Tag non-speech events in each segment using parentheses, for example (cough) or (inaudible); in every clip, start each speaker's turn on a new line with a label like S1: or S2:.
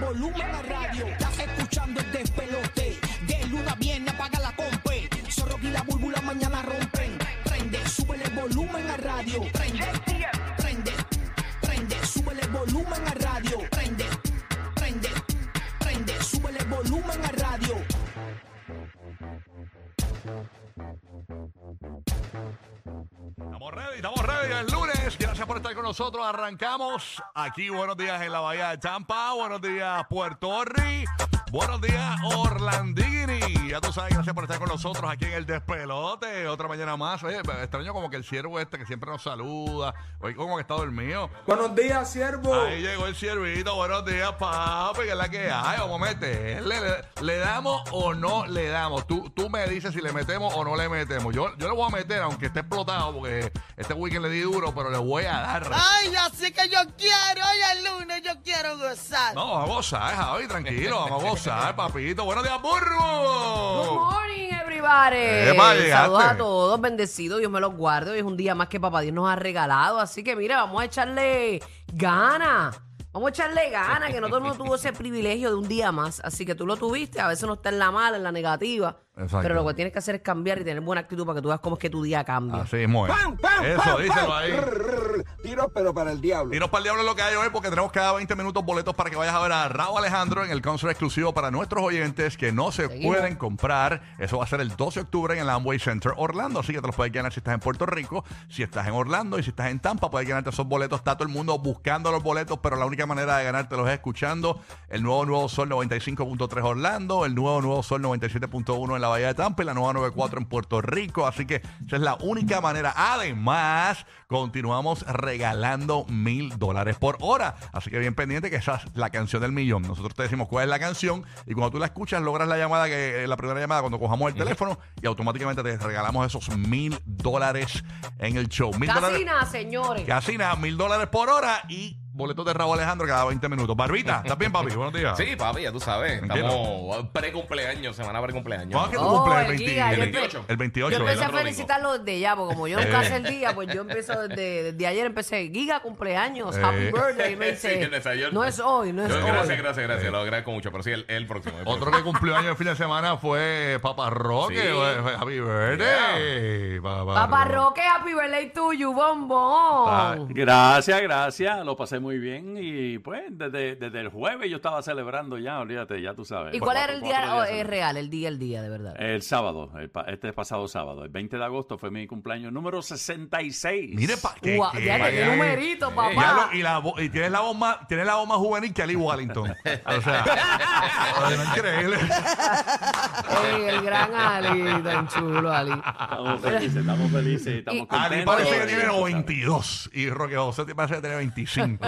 S1: volumen a radio. Estás escuchando el despelote. De luna viene, apaga la compe. Zorro y la búlbula mañana rompen. Prende, súbele el volumen a radio. Prende, prende, prende, súbele el volumen a radio. Prende, prende, prende, súbele el volumen a radio.
S2: Estamos ready, estamos ready. Es lunes. Gracias por estar con nosotros. Arrancamos aquí. Buenos días en la Bahía de Tampa. Buenos días, Puerto Rico. Buenos días, Orlandini. Ya tú sabes, gracias por estar con nosotros aquí en el despelote. Otra mañana más. Oye, extraño como que el siervo este que siempre nos saluda. Oye, como que está dormido.
S3: Buenos días, siervo.
S2: Ahí llegó el siervito. Buenos días, papi. Que es la que hay. Vamos a meterle. Le, le damos o no le damos. Tú, tú me dices si le metemos o no le metemos. Yo, yo le voy a meter, aunque esté explotado, porque este weekend le di duro, pero le voy a dar.
S3: Ah.
S4: Ay, así que yo quiero, hoy es lunes, yo quiero gozar.
S2: No, vamos a gozar, Javi. Tranquilo, vamos a gozar, papito. Buenos días, burro.
S5: Good morning, everybody.
S2: Oh. Epa, llegaste.
S5: Saludos a todos, bendecido, Dios me los guarde. Hoy es un día más que papá Dios nos ha regalado, así que mira, vamos a echarle gana. Vamos a echarle gana, que no todo el mundo tuvo ese privilegio de un día más, así que tú lo tuviste, a veces no está en la mala, en la negativa,
S2: Exacto.
S5: pero lo que tienes que hacer es cambiar y tener buena actitud para que tú veas cómo es que tu día cambia.
S2: Así es, muy.
S3: ¡Pam, pam,
S2: Eso,
S3: pam,
S2: díselo
S3: pam!
S2: ahí.
S3: Rrr, rrr, rrr. Tiro, pero para el diablo.
S2: Dinos para el diablo lo que hay hoy porque tenemos cada 20 minutos boletos para que vayas a ver a Raúl Alejandro en el concierto exclusivo para nuestros oyentes que no se
S5: Seguimos.
S2: pueden comprar. Eso va a ser el 12 de octubre en el Amway Center Orlando. Así que te los puedes ganar si estás en Puerto Rico, si estás en Orlando y si estás en Tampa. Puedes ganarte esos boletos. Está todo el mundo buscando los boletos, pero la única manera de ganártelos es escuchando el nuevo Nuevo Sol 95.3 Orlando, el nuevo Nuevo Sol 97.1 en la Bahía de Tampa y la nueva 94 en Puerto Rico. Así que esa es la única manera. Además, continuamos regalando mil dólares por hora. Así que bien pendiente que esa es la canción del millón. Nosotros te decimos cuál es la canción y cuando tú la escuchas logras la llamada, que, eh, la primera llamada cuando cojamos el teléfono y automáticamente te regalamos esos mil dólares en el show. Mil dólares.
S5: Casina, señores.
S2: Casi nada, mil dólares por hora y boletos de Raúl Alejandro cada 20 minutos. Barbita, ¿estás bien, papi? Buenos días.
S6: Sí, papi, ya tú sabes.
S2: Tranquilo.
S6: Estamos pre-cumpleaños, semana pre-cumpleaños.
S2: ¿Cuándo es que tú
S5: Oh,
S2: cumples?
S5: el
S2: El, 20
S5: día,
S2: el
S5: yo
S2: 28. El 28,
S5: Yo empecé a
S2: ¿verdad?
S6: domingo.
S5: felicitar los de ya, porque como
S2: Eh.
S5: yo nunca hace el día, pues yo empiezo desde, desde ayer, empecé Giga cumpleaños,
S2: Eh.
S5: Happy Birthday,
S2: (laughs)
S5: y me
S6: Sí,
S5: dice,
S6: en desayuno.
S5: no es hoy, no es
S6: Yo,
S5: hoy.
S6: gracias, gracias, gracias. Lo agradezco mucho, pero sí, el, el próximo. el
S2: Eh. Otro
S6: próximo.
S2: que cumplió año el fin de semana fue Papá Roque.
S6: Sí.
S2: fue- fue Happy birthday. Papá,
S5: Papá
S2: Roque.
S5: Roque, Happy Birthday to you,
S2: Ay. Ah,
S5: bombón.
S7: Ah, Gracias, gracias. Lo pasé muy bien. Y pues, desde, desde el jueves yo estaba celebrando ya, olvídate, ya tú sabes.
S5: ¿Y cuál
S7: Cuatro-
S5: era el
S7: cuatro
S5: día
S7: días
S5: oh, eh,
S7: celebrando.
S5: real, el día, el día, de verdad?
S2: Eh,
S7: El sábado, el pa- este pasado sábado, el 20 de agosto fue mi cumpleaños número 66.
S2: Mire,
S6: ah,
S2: pa, qué-
S5: Guau,
S2: qué-
S5: ya, qué
S2: qué-
S5: numerito, papá.
S2: Ya lo- y, la, vo- y tienes la voz más, tienes la voz más juvenil que Ali Wellington. O (laughs) sea, increíble.
S5: Ey, el gran Ali, tan chulo Ali.
S6: ah,
S7: Estamos felices, estamos felices, estamos contentos.
S2: Ali parece que
S7: Oye,
S2: tiene
S7: tú sabes.
S2: 22 y Roque José te parece que tiene (laughs) 25.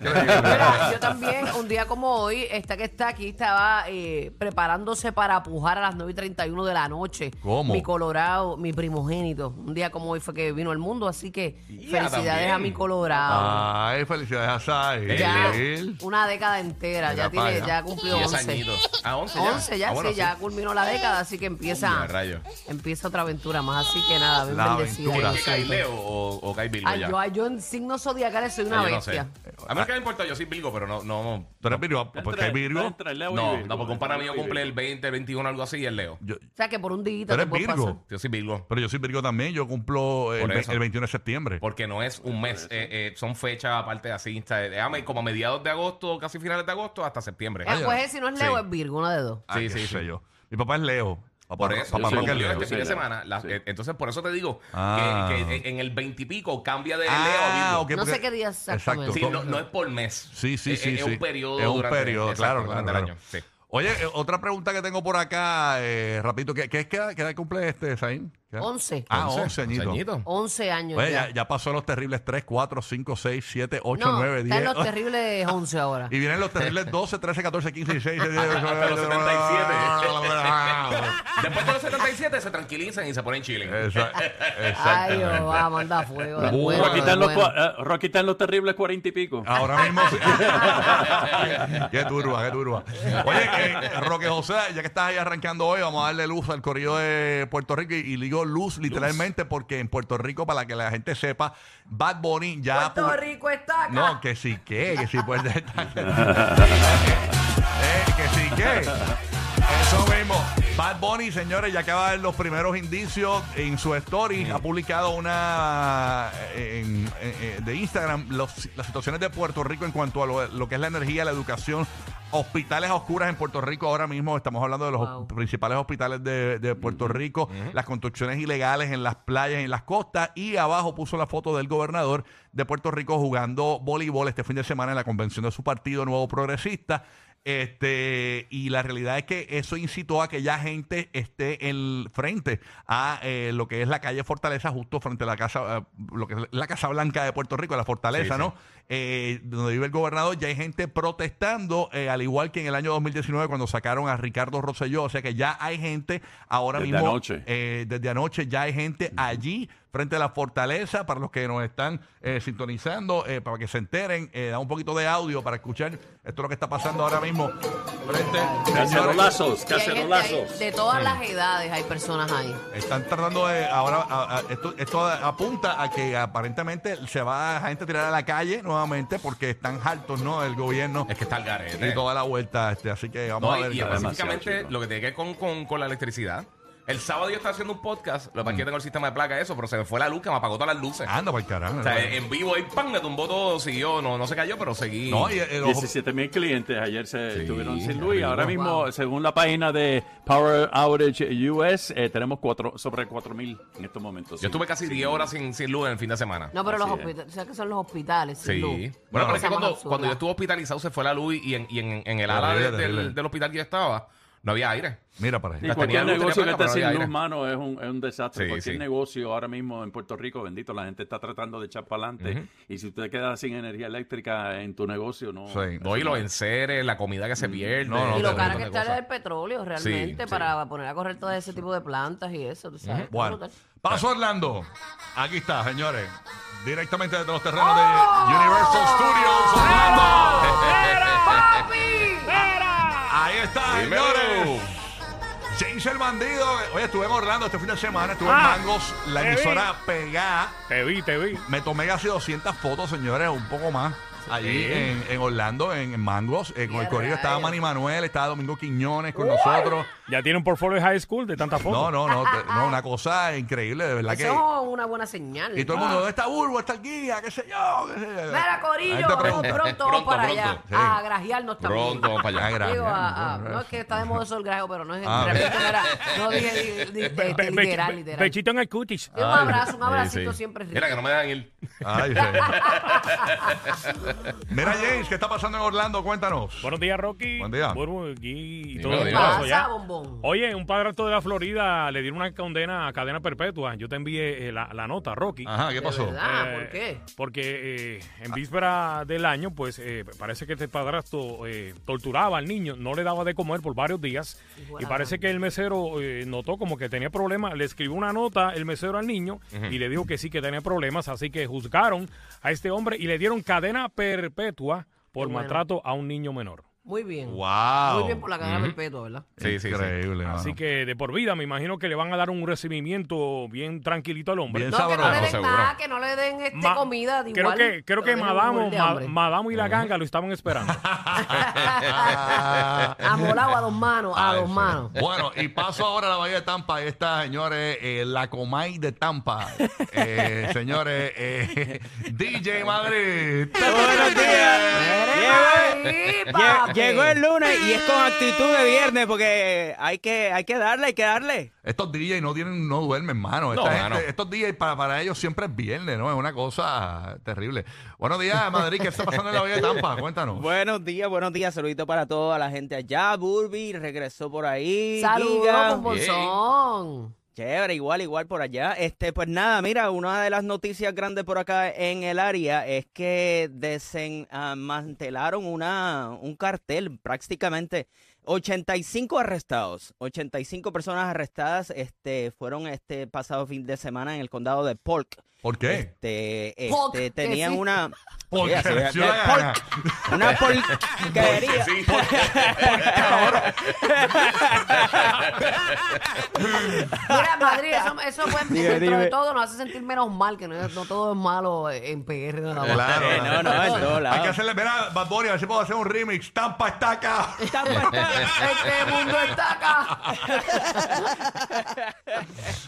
S5: Mira, yo también, un día como hoy, esta que está aquí estaba eh, preparándose para pujar a las 9 y 31 de la noche.
S2: ¿Cómo?
S5: Mi Colorado, mi primogénito. Un día como hoy fue que vino al mundo, así que
S6: Ya,
S5: felicidades
S6: también.
S5: a mi Colorado.
S2: Ay, felicidades a Sai.
S5: ya
S2: Ah, Él.
S5: una década entera, ya,
S2: Mira pa'
S5: tiene,
S2: allá.
S5: ya cumplió
S6: 10
S5: 11.
S6: añitos. Ah, 11 ya.
S5: 11 ya,
S6: Ah, bueno,
S5: sí, ya culminó la década, así que empieza,
S6: Hombre, rayo.
S5: empieza otra aventura más. Así que nada, bien
S2: La
S5: bendecida.
S2: aventura.
S5: como
S6: ¿Qué cae
S5: siempre.
S6: Leo o, o cae Virgo
S5: Ay,
S6: ya?
S5: yo, ay, yo en signos zodiacales soy
S6: Ah,
S5: una
S6: yo no sé.
S5: bestia.
S6: A mí no que me importa, yo soy Virgo, pero no. No,
S2: ¿Tú eres Virgo?
S7: Está
S2: Porque hay
S7: entre- está
S2: Virgo.
S7: entre Leo y
S6: pues, no,
S7: Virgo,
S6: no porque un pana
S7: Leo
S6: mío
S7: y
S6: cumple el
S7: Virgo.
S6: 20, el 21, algo así, y el Leo.
S2: Yo-
S5: O sea que por un día
S2: tú
S5: te
S2: eres
S5: puede pasar.
S2: Virgo.
S6: Yo soy Virgo.
S2: Pero yo soy Virgo también. Yo cumplo el,
S6: Por
S2: ve-
S6: eso.
S2: el 21 de septiembre.
S6: Porque no es un mes, eh, eh, son fechas aparte así, está- eh, ama, y como a mediados de agosto, casi finales de agosto, hasta septiembre.
S5: Eh, pues eh, si no es Leo,
S6: Sí.
S5: es Virgo, una de dos.
S2: Ah,
S6: Sí,
S2: qué
S6: sí,
S2: sé
S6: sí.
S2: yo. Mi papá es Leo. Papá,
S6: Por eso,
S2: papá
S7: yo soy
S2: Roque
S6: se
S2: es
S6: cumplió
S2: Leo.
S6: este fin de
S7: Sí,
S6: semana. La- eh, entonces, por eso te digo
S2: Ah.
S6: que, que en- en el veintipico cambia de
S2: Ah,
S6: Leo a Virgo.
S2: ok,
S5: No
S2: porque-
S5: sé qué día exactamente.
S6: Sí,
S2: Exacto.
S6: no, no es por mes.
S2: Sí, sí,
S6: Es-
S2: sí.
S6: Es,
S2: sí.
S6: un periodo.
S2: Es un
S6: durante-
S2: periodo,
S6: exacto,
S2: claro, claro.
S6: durante el
S2: claro.
S6: año. Sí.
S2: Oye, eh, otra pregunta que tengo por acá, eh, rapidito. ¿Qué, qué es que qué edad cumple este, Zain? ¿Qué edad?
S5: Once.
S2: Ah,
S6: Once,
S2: 11 añitos.
S6: once añitos.
S5: 11 años
S6: Pues,
S2: Oye,
S5: ya.
S2: ya, ya pasó los terribles 3, 4, 5, 6, 7, 8,
S5: no,
S2: 9, 10.
S5: están los terribles 11
S6: (laughs)
S5: ahora.
S2: Y vienen los terribles 12, 13, 14, 15, 16, 17, 18,
S6: Hasta los
S2: 77.
S6: Después de los 77 se tranquilizan y se ponen chile.
S2: Eh.
S5: Ay, va, manda fuego. es
S2: Bueno,
S5: bueno,
S7: Rocky está
S5: es
S7: en los,
S5: bueno.
S7: cua- eh, Rocky está en los terribles cuarenta y pico.
S6: Ah,
S2: Ahora mismo. sí. (laughs) qué turba, qué turba. Oye, eh, Roque José, ya que estás ahí arrancando hoy, vamos a darle luz al corrido de Puerto Rico. Y, y digo luz literalmente porque en Puerto Rico, para que la gente sepa, Bad Bunny ya.
S5: Puerto
S2: pu-
S5: Rico está acá.
S2: (laughs) No, Eh, que sí, que, que sí, pues. es. Eso mismo. Bad Bunny, señores, ya acaba de ver los primeros indicios en su story. Ha publicado una eh, en- eh, eh, de Instagram los- las situaciones de Puerto Rico en cuanto a lo, lo que es la energía, la educación. Hospitales a oscuras en Puerto Rico ahora mismo. Estamos hablando de los
S5: Wow.
S2: principales hospitales de, de Puerto Rico, las construcciones ilegales en las playas, en las costas. Y abajo puso la foto del gobernador de Puerto Rico jugando voleibol este fin de semana en la convención de su partido Nuevo Progresista. Este, y la realidad es que eso incitó a que ya gente esté en frente a eh, lo que es la calle Fortaleza, justo frente a la casa, eh, lo que es la Casa Blanca de Puerto Rico, la Fortaleza,
S6: Sí, sí.
S2: ¿no? eh, donde vive el gobernador, ya hay gente protestando, eh, al igual que en el año 2019 cuando sacaron a Ricardo Rosselló. O sea que ya hay gente ahora
S7: Desde
S2: mismo.
S7: anoche.
S2: eh, desde anoche ya hay gente allí frente a la fortaleza para los que nos están eh, sintonizando, eh, para que se enteren. eh, da un poquito de audio para escuchar esto es lo que está pasando ahora mismo frente señores,
S7: Cacerolazos,
S5: Y hay gente ahí,
S7: cacerolazos.
S5: de todas las edades hay personas ahí.
S2: Están tratando de. Ahora, a- a- esto, esto apunta a que aparentemente se va a gente a tirar a la calle nuevamente porque están hartos, ¿no? El gobierno.
S6: Es que está el garete.
S2: y toda la vuelta. Este, así que vamos
S6: No,
S2: a ver.
S6: y, y
S2: qué pasa.
S6: específicamente
S7: chico.
S6: lo que tiene que ver con, con, con la electricidad. El sábado yo estaba haciendo un podcast, lo que pasa
S2: Mm.
S6: es que tengo el sistema de placa, eso, pero se me fue la luz, que me apagó todas las luces.
S2: Anda para el carajo.
S6: o sea, en vivo ahí, pan, me tumbó todo, siguió, no, no se cayó, pero seguí.
S2: no, y el ojo-
S7: 17 mil clientes ayer se
S6: Sí,
S7: estuvieron sin luz y
S6: arriba.
S7: ahora mismo,
S5: Wow.
S7: según la página de Power Outage US, eh, tenemos cuatro, sobre 4 mil en estos momentos.
S6: Yo estuve casi 10 horas sin, sin luz en el fin de semana.
S5: No, pero los
S7: Así es.
S5: hospitales, ¿sabes que son los hospitales? sin
S6: Sí.
S5: luz?
S6: Bueno,
S2: No.
S6: pero es que
S5: Cosa más
S6: cuando,
S5: absurda.
S6: cuando yo estuve hospitalizado se fue la luz y en, y en, en el ala
S2: Terrible,
S6: de- del-
S2: terrible.
S6: del hospital que yo estaba no había aire.
S2: Mira para
S7: Y
S2: allá.
S6: La
S7: cualquier
S6: tenía luz,
S7: negocio que
S6: tenía
S7: esté
S6: placa, pero no
S7: sin
S6: había
S7: luz,
S6: aire.
S7: mano, es un, es un desastre.
S6: Sí,
S7: cualquier
S6: sí.
S7: negocio ahora mismo en Puerto Rico, bendito, la gente está tratando de echar para adelante. Y si usted queda sin energía eléctrica en tu negocio, no.
S2: Sí. Mm,
S6: No, y los enseres, la comida que se pierde.
S2: No, no,
S5: Y lo
S2: terrible.
S5: cara
S6: un montón
S5: que
S6: de
S5: está
S6: cosas.
S5: es el petróleo realmente
S6: sí.
S5: para poner a correr todo ese tipo de plantas y eso, tú sabes.
S2: Bueno,
S5: Brutal.
S2: paso Orlando. Aquí está, señores. Directamente desde los terrenos de
S5: ¡Oh!
S2: Universal Studios (laughs) Orlando. Ahí está,
S6: Dímelo.
S2: señores. James el bandido. Oye, estuve en Orlando este fin de semana, estuve
S8: Ah,
S2: en Mangos, la
S8: te vi.
S2: emisora pegada.
S8: Te vi, te vi.
S2: Me tomé casi 200 fotos, señores, un poco más. Allí en, en Orlando, en, en Mangos, eh, con el
S5: Qué
S2: corrido estaba
S5: rayos.
S2: Manny Manuel, estaba Domingo Quiñones con nosotros.
S8: Ya tiene un portfolio de high school de tantas fotos.
S2: No, no, no, te- no, una cosa increíble, de verdad
S5: Eso
S2: que.
S5: es una buena señal. Ah.
S2: Y todo el mundo, ¿dónde está Burbo? ¿Está el guía? ¿Qué sé yo? ¿Qué sé yo?
S5: Mira,
S2: La
S5: Corillo,
S2: gente
S5: vamos
S2: pregunta.
S5: pronto,
S6: (laughs)
S5: vamos
S6: Pronto,
S5: para
S6: pronto,
S5: allá.
S2: sí.
S5: A grajearnos también.
S6: Pronto, vamos para
S2: Ah,
S6: allá.
S2: gra-
S5: Digo, a- a-
S2: Grajearnos,
S5: no es que está de moda eso el grajo, pero no es
S2: Ah,
S5: realmente no era.
S2: (laughs)
S5: No dije li- li-
S8: Be-
S5: este,
S8: be-
S5: literal,
S8: be-
S5: literal.
S8: Pechito en el cutis.
S2: Ah.
S5: Y Un abrazo, un
S6: Sí,
S5: abracito
S6: sí.
S5: siempre es rico.
S6: Mira, que no me dejan ir.
S2: Ay, sí. Mira, James, ¿qué está pasando en Orlando? Cuéntanos.
S8: Buenos días, Rocky.
S2: Buen día.
S8: Burbu, Gui y
S6: Dímelo, dímelo.
S8: todo el
S5: ¿Qué
S6: Mira,
S8: mundo
S5: pasa,
S8: allá.
S5: bombón?
S8: Oye, un padrastro de la Florida le dieron una condena a cadena perpetua. Yo te envié eh, la, la nota, Rocky.
S2: Ajá, ¿qué
S5: ¿De
S2: pasó?
S5: verdad? Ah, ¿Por
S8: Eh,
S5: qué?
S8: Porque eh, en víspera del año, pues eh, parece que este padrastro eh, torturaba al niño, no le daba de comer por varios días.
S5: Hijo de
S8: Y
S5: la
S8: parece que el mesero eh, notó como que tenía problemas. Le escribió una nota el mesero al niño y le dijo que sí que tenía problemas. Así que juzgaron a este hombre y le dieron cadena perpetua por
S5: Qué bueno.
S8: maltrato a un niño menor.
S5: Muy bien.
S2: Wow.
S5: Muy bien por la cadena perpetua, ¿verdad?
S6: Sí, sí, sí. (laughs)
S2: Increíble, mano.
S5: (laughs)
S8: Así que de por vida, me imagino que le van a dar un recibimiento bien tranquilito al hombre.
S2: Bien
S5: No, que no le
S2: sabroso,
S5: den
S6: seguro.
S5: nada, que no le den este,
S8: Ma-
S5: comida. de
S8: creo
S5: igual,
S8: que, creo que
S5: lo dejen
S8: Madamo,
S5: morir de
S8: Ma-
S5: hambre.
S8: Madamo y la ganga lo estaban esperando.
S2: Ah.
S5: (laughs) A volado a dos manos, a
S2: Ay,
S5: dos
S2: sí.
S5: manos.
S2: Bueno, y paso ahora a la Bahía de Tampa. Ahí está, señores, eh, la Comay de Tampa. Eh, señores, eh, (laughs) DJ Madrid.
S9: Buenos días.
S5: Eres ahí,
S9: Lle-
S5: papi.
S9: Llegó el lunes y es con actitud de viernes porque hay que, hay que darle, hay que darle.
S2: Estos DJ no tienen, no duermen, hermano.
S6: No, mano.
S2: Estos DJ para, para ellos siempre es viernes, ¿no? Es una cosa terrible. Buenos días, Madrid. ¿Qué está pasando en la Bahía de Tampa? Cuéntanos.
S9: Buenos días, buenos días. Saludito para toda la gente allá. Burby regresó por ahí.
S5: Saludos,
S9: Giga.
S5: con bolsón.
S9: Chévere, igual, igual por allá. Este, pues nada, mira, una de las noticias grandes por acá en el área es que desmantelaron una, un cartel, prácticamente 85 arrestados, 85 personas arrestadas, este, fueron este pasado fin de semana en el condado de Polk.
S2: ¿Por qué?
S9: Este,
S5: Polk,
S9: este,
S5: que
S9: tenían
S5: sí.
S9: una,
S2: Porque
S9: Sí, así es.
S2: nació la
S9: Eh,
S2: gana.
S9: una porquería.
S2: este
S5: Mira, Madrid, eso, eso pues,
S9: Dime,
S5: dentro de
S9: dime.
S5: todo nos hace sentir menos mal, que no, es- no todo es malo en PR. nada más.
S2: Claro.
S9: Eh, no, no, en todos
S2: Hay que
S9: lados.
S2: hacerle, mira, Bad Bunny, a ver si puedo hacer un remix. Tampa está acá.
S9: Tampa está
S5: Este mundo está acá.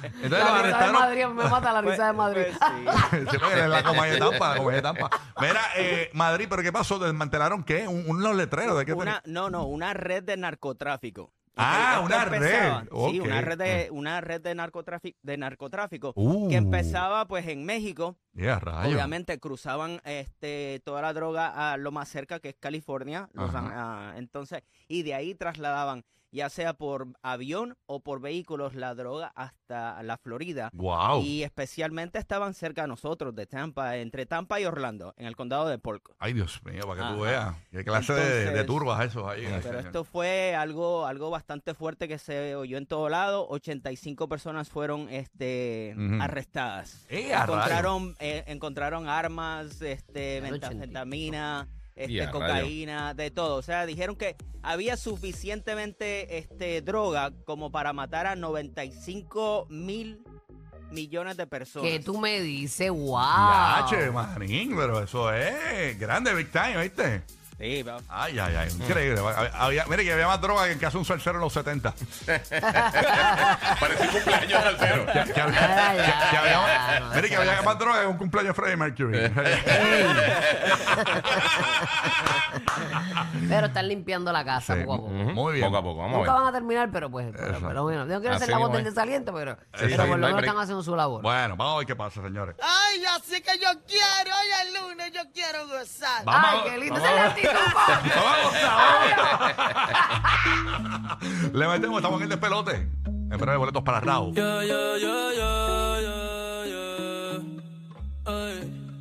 S2: Entonces los
S5: La risa de
S2: arrestaron.
S5: Madrid, me mata la risa de Madrid.
S9: Pues sí.
S2: (laughs) Sí, porque es la comadre de Tampa, la comadre de Tampa. Mira, eh, Madrid, ¿pero qué pasó? ¿Desmantelaron qué? Un, unos letreros de qué
S9: Una-
S2: tenía?
S9: no, no, una red de narcotráfico.
S2: Ah,
S9: Ok, esto
S2: una red,
S9: Sí,
S2: ok. Mm.
S9: una red de, una red de, narcotrafi- de narcotráfico
S2: Uh.
S9: que empezaba pues en México.
S2: Ya, rayos.
S9: Obviamente cruzaban este toda la droga a lo más cerca que es California, Los
S2: Ajá.
S9: An- ah, entonces y de ahí trasladaban ya sea por avión o por vehículos la droga hasta la Florida
S2: Wow.
S9: y especialmente estaban cerca de nosotros de Tampa, entre Tampa y Orlando, en el condado de Polk.
S2: Ay, Dios mío, para que tú
S9: Ajá.
S2: veas. Qué clase de- de,
S9: Entonces-
S2: turbas esos ahí. este
S9: Pero esto fue algo, algo bastante fuerte que se oyó en todo lado. 85 personas fueron este,
S2: Ujú.
S9: arrestadas.
S2: ¡Eh, a
S9: encontraron, eh, encontraron armas, este,
S5: Claro, 85.
S9: metanfetamina, este,
S6: Y a rayos.
S9: cocaína, de todo. O sea, dijeron que había suficientemente este, droga como para matar a 95 mil millones de personas.
S5: Que tú me dices, wow. Ah.
S2: Yache, manín, pero eso es grande, big time, ¿viste?
S9: Sí, va-
S2: Ay, ay, ay, increíble. Había- había- mire que había más droga que en casa de un salsero en los 70.
S6: Parecía un cumpleaños al cero.
S2: Que, que había,
S5: Ay, ay,
S2: que- que había
S5: ay,
S2: más-
S5: ay.
S2: mire que había más droga que un cumpleaños de Freddie (laughs) Mercury.
S5: Pero están limpiando la casa
S2: Sí,
S5: poco a poco.
S2: ujú. Muy bien.
S6: Poco a poco, vamos
S5: Nunca
S6: a ver.
S5: van a terminar, pero pues, pero, pero bueno, no quiero
S6: Así
S5: hacer la voz
S6: mismo
S5: del
S6: es.
S5: desaliento, pero,
S2: sí,
S5: pero por lo
S6: no hay
S5: menos
S6: break.
S5: están haciendo su labor.
S2: Bueno, vamos a ver qué pasa, señores.
S4: Ay, así que yo quiero, hoy es lunes, yo quiero gozar.
S2: Va.
S5: Ay,
S2: vamos a-
S5: qué lindo
S2: vamos
S5: esa es la
S2: a-
S5: actitud, coño.
S2: Vamos, vamos. (laughs) Le metemos, estamos en el despelote. En breve boletos para Raúl.
S10: Yeah, yeah, yeah, yeah, yeah, yeah. Ay.